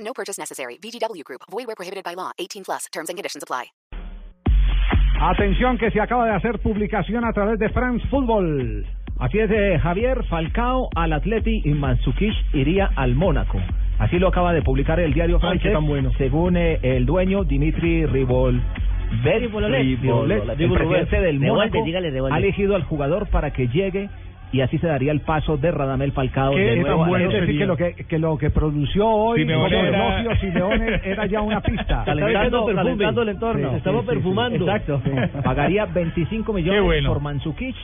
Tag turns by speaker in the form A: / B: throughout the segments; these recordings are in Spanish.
A: No purchase necessary. VGW Group. Void where prohibited by law. 18 plus. Terms and conditions apply.
B: Atención que se acaba de hacer publicación a través de France Football. Así es, eh, Javier Falcao al Atleti y Mansukish iría al Mónaco. Así lo acaba de publicar el diario francés,
C: tan bueno.
B: según eh, el dueño Dimitri Ribol.
C: Ribololet. Ribololet.
B: el presidente del
C: Revuelve,
B: Mónaco,
C: dígale, revuelve.
B: ha elegido al jugador para que llegue y así se daría el paso de Radamel Falcao.
C: Qué
B: de nuevo
C: tan
B: al
C: bueno
B: Atleti.
C: sería.
B: que lo que, que lo que produció hoy
C: Simeone
B: como
C: era-
B: elogios, Simeone, era ya una pista.
C: Calentando,
B: Estaba
C: calentando
B: perfume.
C: el entorno.
B: Sí,
C: Estaba
B: sí, sí, sí.
C: perfumando.
B: Exacto. Pagaría 25 millones
C: Qué bueno.
B: por Mansukic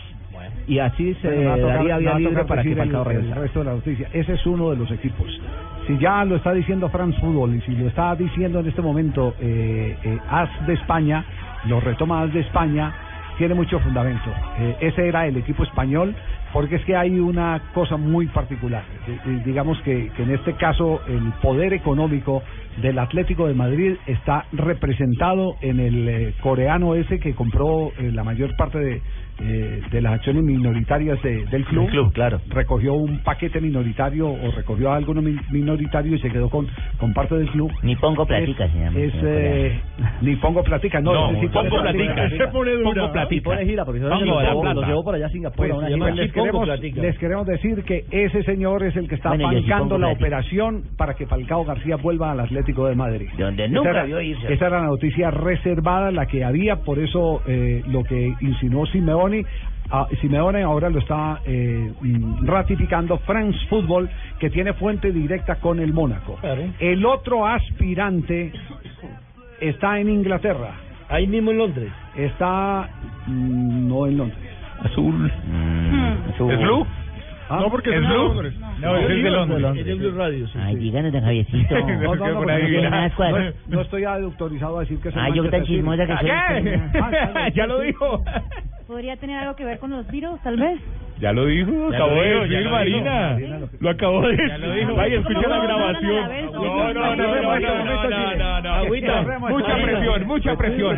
B: y así se
D: Bueno, va a tocar-
B: eh, daría
D: va
B: vía
D: a
B: libre
D: tocar
B: para que
D: decir el-
B: Falcao
D: el
B: regresara.
D: resto de la noticia. Ese es uno de los equipos. Si ya lo está diciendo France Football y si lo está diciendo en este momento eh, eh, AS de España, lo retoma AS de España, tiene mucho fundamento. Eh, ese era el equipo español, porque es que hay una cosa muy particular. Eh, eh, digamos que, que en este caso el poder económico del Atlético de Madrid está representado en el eh, coreano ese que compró eh, la mayor parte de, eh, de las acciones minoritarias de- del club.
B: Del club, claro.
D: Recogió un paquete minoritario o recogió alguno mi- minoritario y se quedó con, con parte del club.
C: Ni pongo platica,
D: Es-
C: se llama,
D: es,
C: señor Correa.
D: eh, ni pongo platica, no.
C: No,
D: ese sí
C: ni pongo platica.
D: platica.
C: Se pone dura. Pongo platica.
B: Y pone gira, porque
C: Pongo
B: los
C: la
B: llevó-
C: plata.
B: los llevó para allá a Singapur.
D: Pues,
B: a una
D: les,
B: gira.
C: les pongo
D: queremos,
C: platica.
D: les queremos decir que ese señor es el que está
C: Bueno, yo sí
D: bancando
C: pongo
D: la
C: platica.
D: operación para que Falcao García vuelva al Atlético de Madrid.
C: Donde nunca
D: esa, era-
C: vio irse.
D: Esa era la noticia reservada, la que había, por eso eh, lo que insinuó Simeone. ah, Simeone ahora lo está eh, mm, ratificando France Football, que tiene fuente directa con el Mónaco.
C: Claro.
D: El otro aspirante está en Inglaterra,
C: Ahí mismo en Londres.
D: está mm, no en Londres.
C: Azul. ¿Es Blue?
D: Ah,
C: ¿Es Blue? No, pues, es el de Londres.
B: Es
C: de Blue Radio.
E: Ay, díganos, don Javiercito.
D: No, no, no, porque
E: tiene
D: no,
E: nada cuadro.
D: no, no estoy autorizado a decir que es el
B: Ah,
E: Ay, yo
D: Manchester
E: tan
D: City.
E: chismosa que soy.
D: Ah,
C: ya lo dijo.
F: ¿Podría tener algo que ver con los virus, tal vez?
C: Ya lo dijo. Acabó de decir Marina. Lo acabó de decir. Vaya, escucha
F: ¿Cómo
C: la
F: no?
C: grabación.
F: No, no,
C: no,
F: no, no,
C: no, no, no, no, no, no.
D: Agüita.
C: Mucha presión, mucha presión.